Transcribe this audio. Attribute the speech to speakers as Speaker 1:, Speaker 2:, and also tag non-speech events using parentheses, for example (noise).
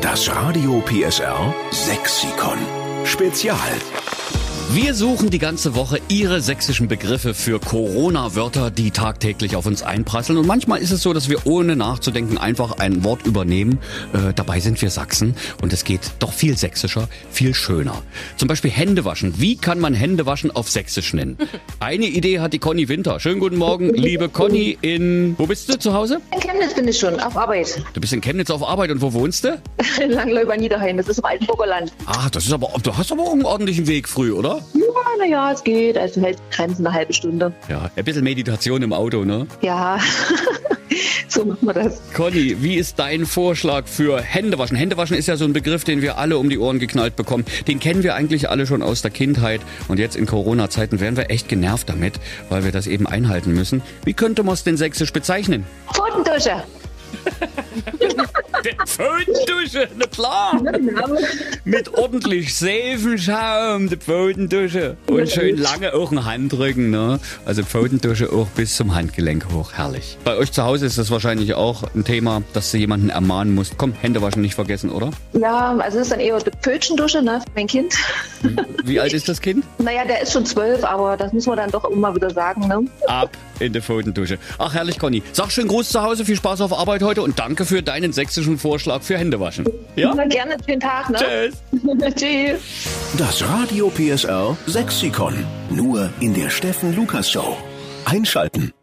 Speaker 1: Das Radio PSR Sexikon. Spezial.
Speaker 2: Wir suchen die ganze Woche Ihre sächsischen Begriffe für Corona-Wörter, die tagtäglich auf uns einprasseln. Und manchmal ist es so, dass wir ohne nachzudenken einfach ein Wort übernehmen. Äh, dabei sind wir Sachsen und es geht doch viel sächsischer, viel schöner. Zum Beispiel Hände waschen. Wie kann man Hände waschen auf sächsisch nennen? Eine Idee hat die Conny Winter. Schönen guten Morgen, liebe Conny in... Wo bist du zu Hause?
Speaker 3: In Chemnitz bin ich schon, auf Arbeit. (laughs)
Speaker 2: Du bist in Chemnitz auf Arbeit und wo wohnst du?
Speaker 3: In Langläuber Niederhain, das ist im Altenburger Land.
Speaker 2: Ah, das ist aber... Du hast aber auch einen ordentlichen Weg früh, oder?
Speaker 3: Ja, naja, es geht. Also hält Grenzen eine halbe Stunde.
Speaker 2: Ja, ein bisschen Meditation im Auto, ne?
Speaker 3: Ja, (laughs) so machen wir das.
Speaker 2: Conny, wie ist dein Vorschlag für Händewaschen? Händewaschen ist ja so ein Begriff, den wir alle um die Ohren geknallt bekommen. Den kennen wir eigentlich alle schon aus der Kindheit. Und jetzt in Corona-Zeiten wären wir echt genervt damit, weil wir das eben einhalten müssen. Wie könnte man es denn sächsisch bezeichnen?
Speaker 3: Pfotendusche.
Speaker 2: Pfotendusche, na klar! Mit ordentlich Seifenschaum, die Pfotendusche. Und schön lange auch ein Handrücken, ne? Also Pfotendusche auch bis zum Handgelenk hoch, herrlich. Bei euch zu Hause ist das wahrscheinlich auch ein Thema, dass du jemanden ermahnen musst. Komm, Hände waschen nicht vergessen, oder?
Speaker 3: Ja, also es ist dann eher die Pötschendusche, ne, für mein Kind. (laughs)
Speaker 2: Wie alt ist das Kind?
Speaker 3: Naja, der ist schon zwölf, aber das muss man dann doch immer wieder sagen, ne?
Speaker 2: Ab in die Pfotendusche. Ach, herrlich, Conny. Sag schön Gruß zu Hause, viel Spaß auf Arbeit heute und danke für deinen sächsischen Vorschlag für Händewaschen. Ja?
Speaker 3: Na, gerne, schönen Tag, ne?
Speaker 2: Tschüss!
Speaker 3: (laughs) Tschüss.
Speaker 1: Das Radio PSR Sexikon. Nur in der Steffen Lukas Show. Einschalten.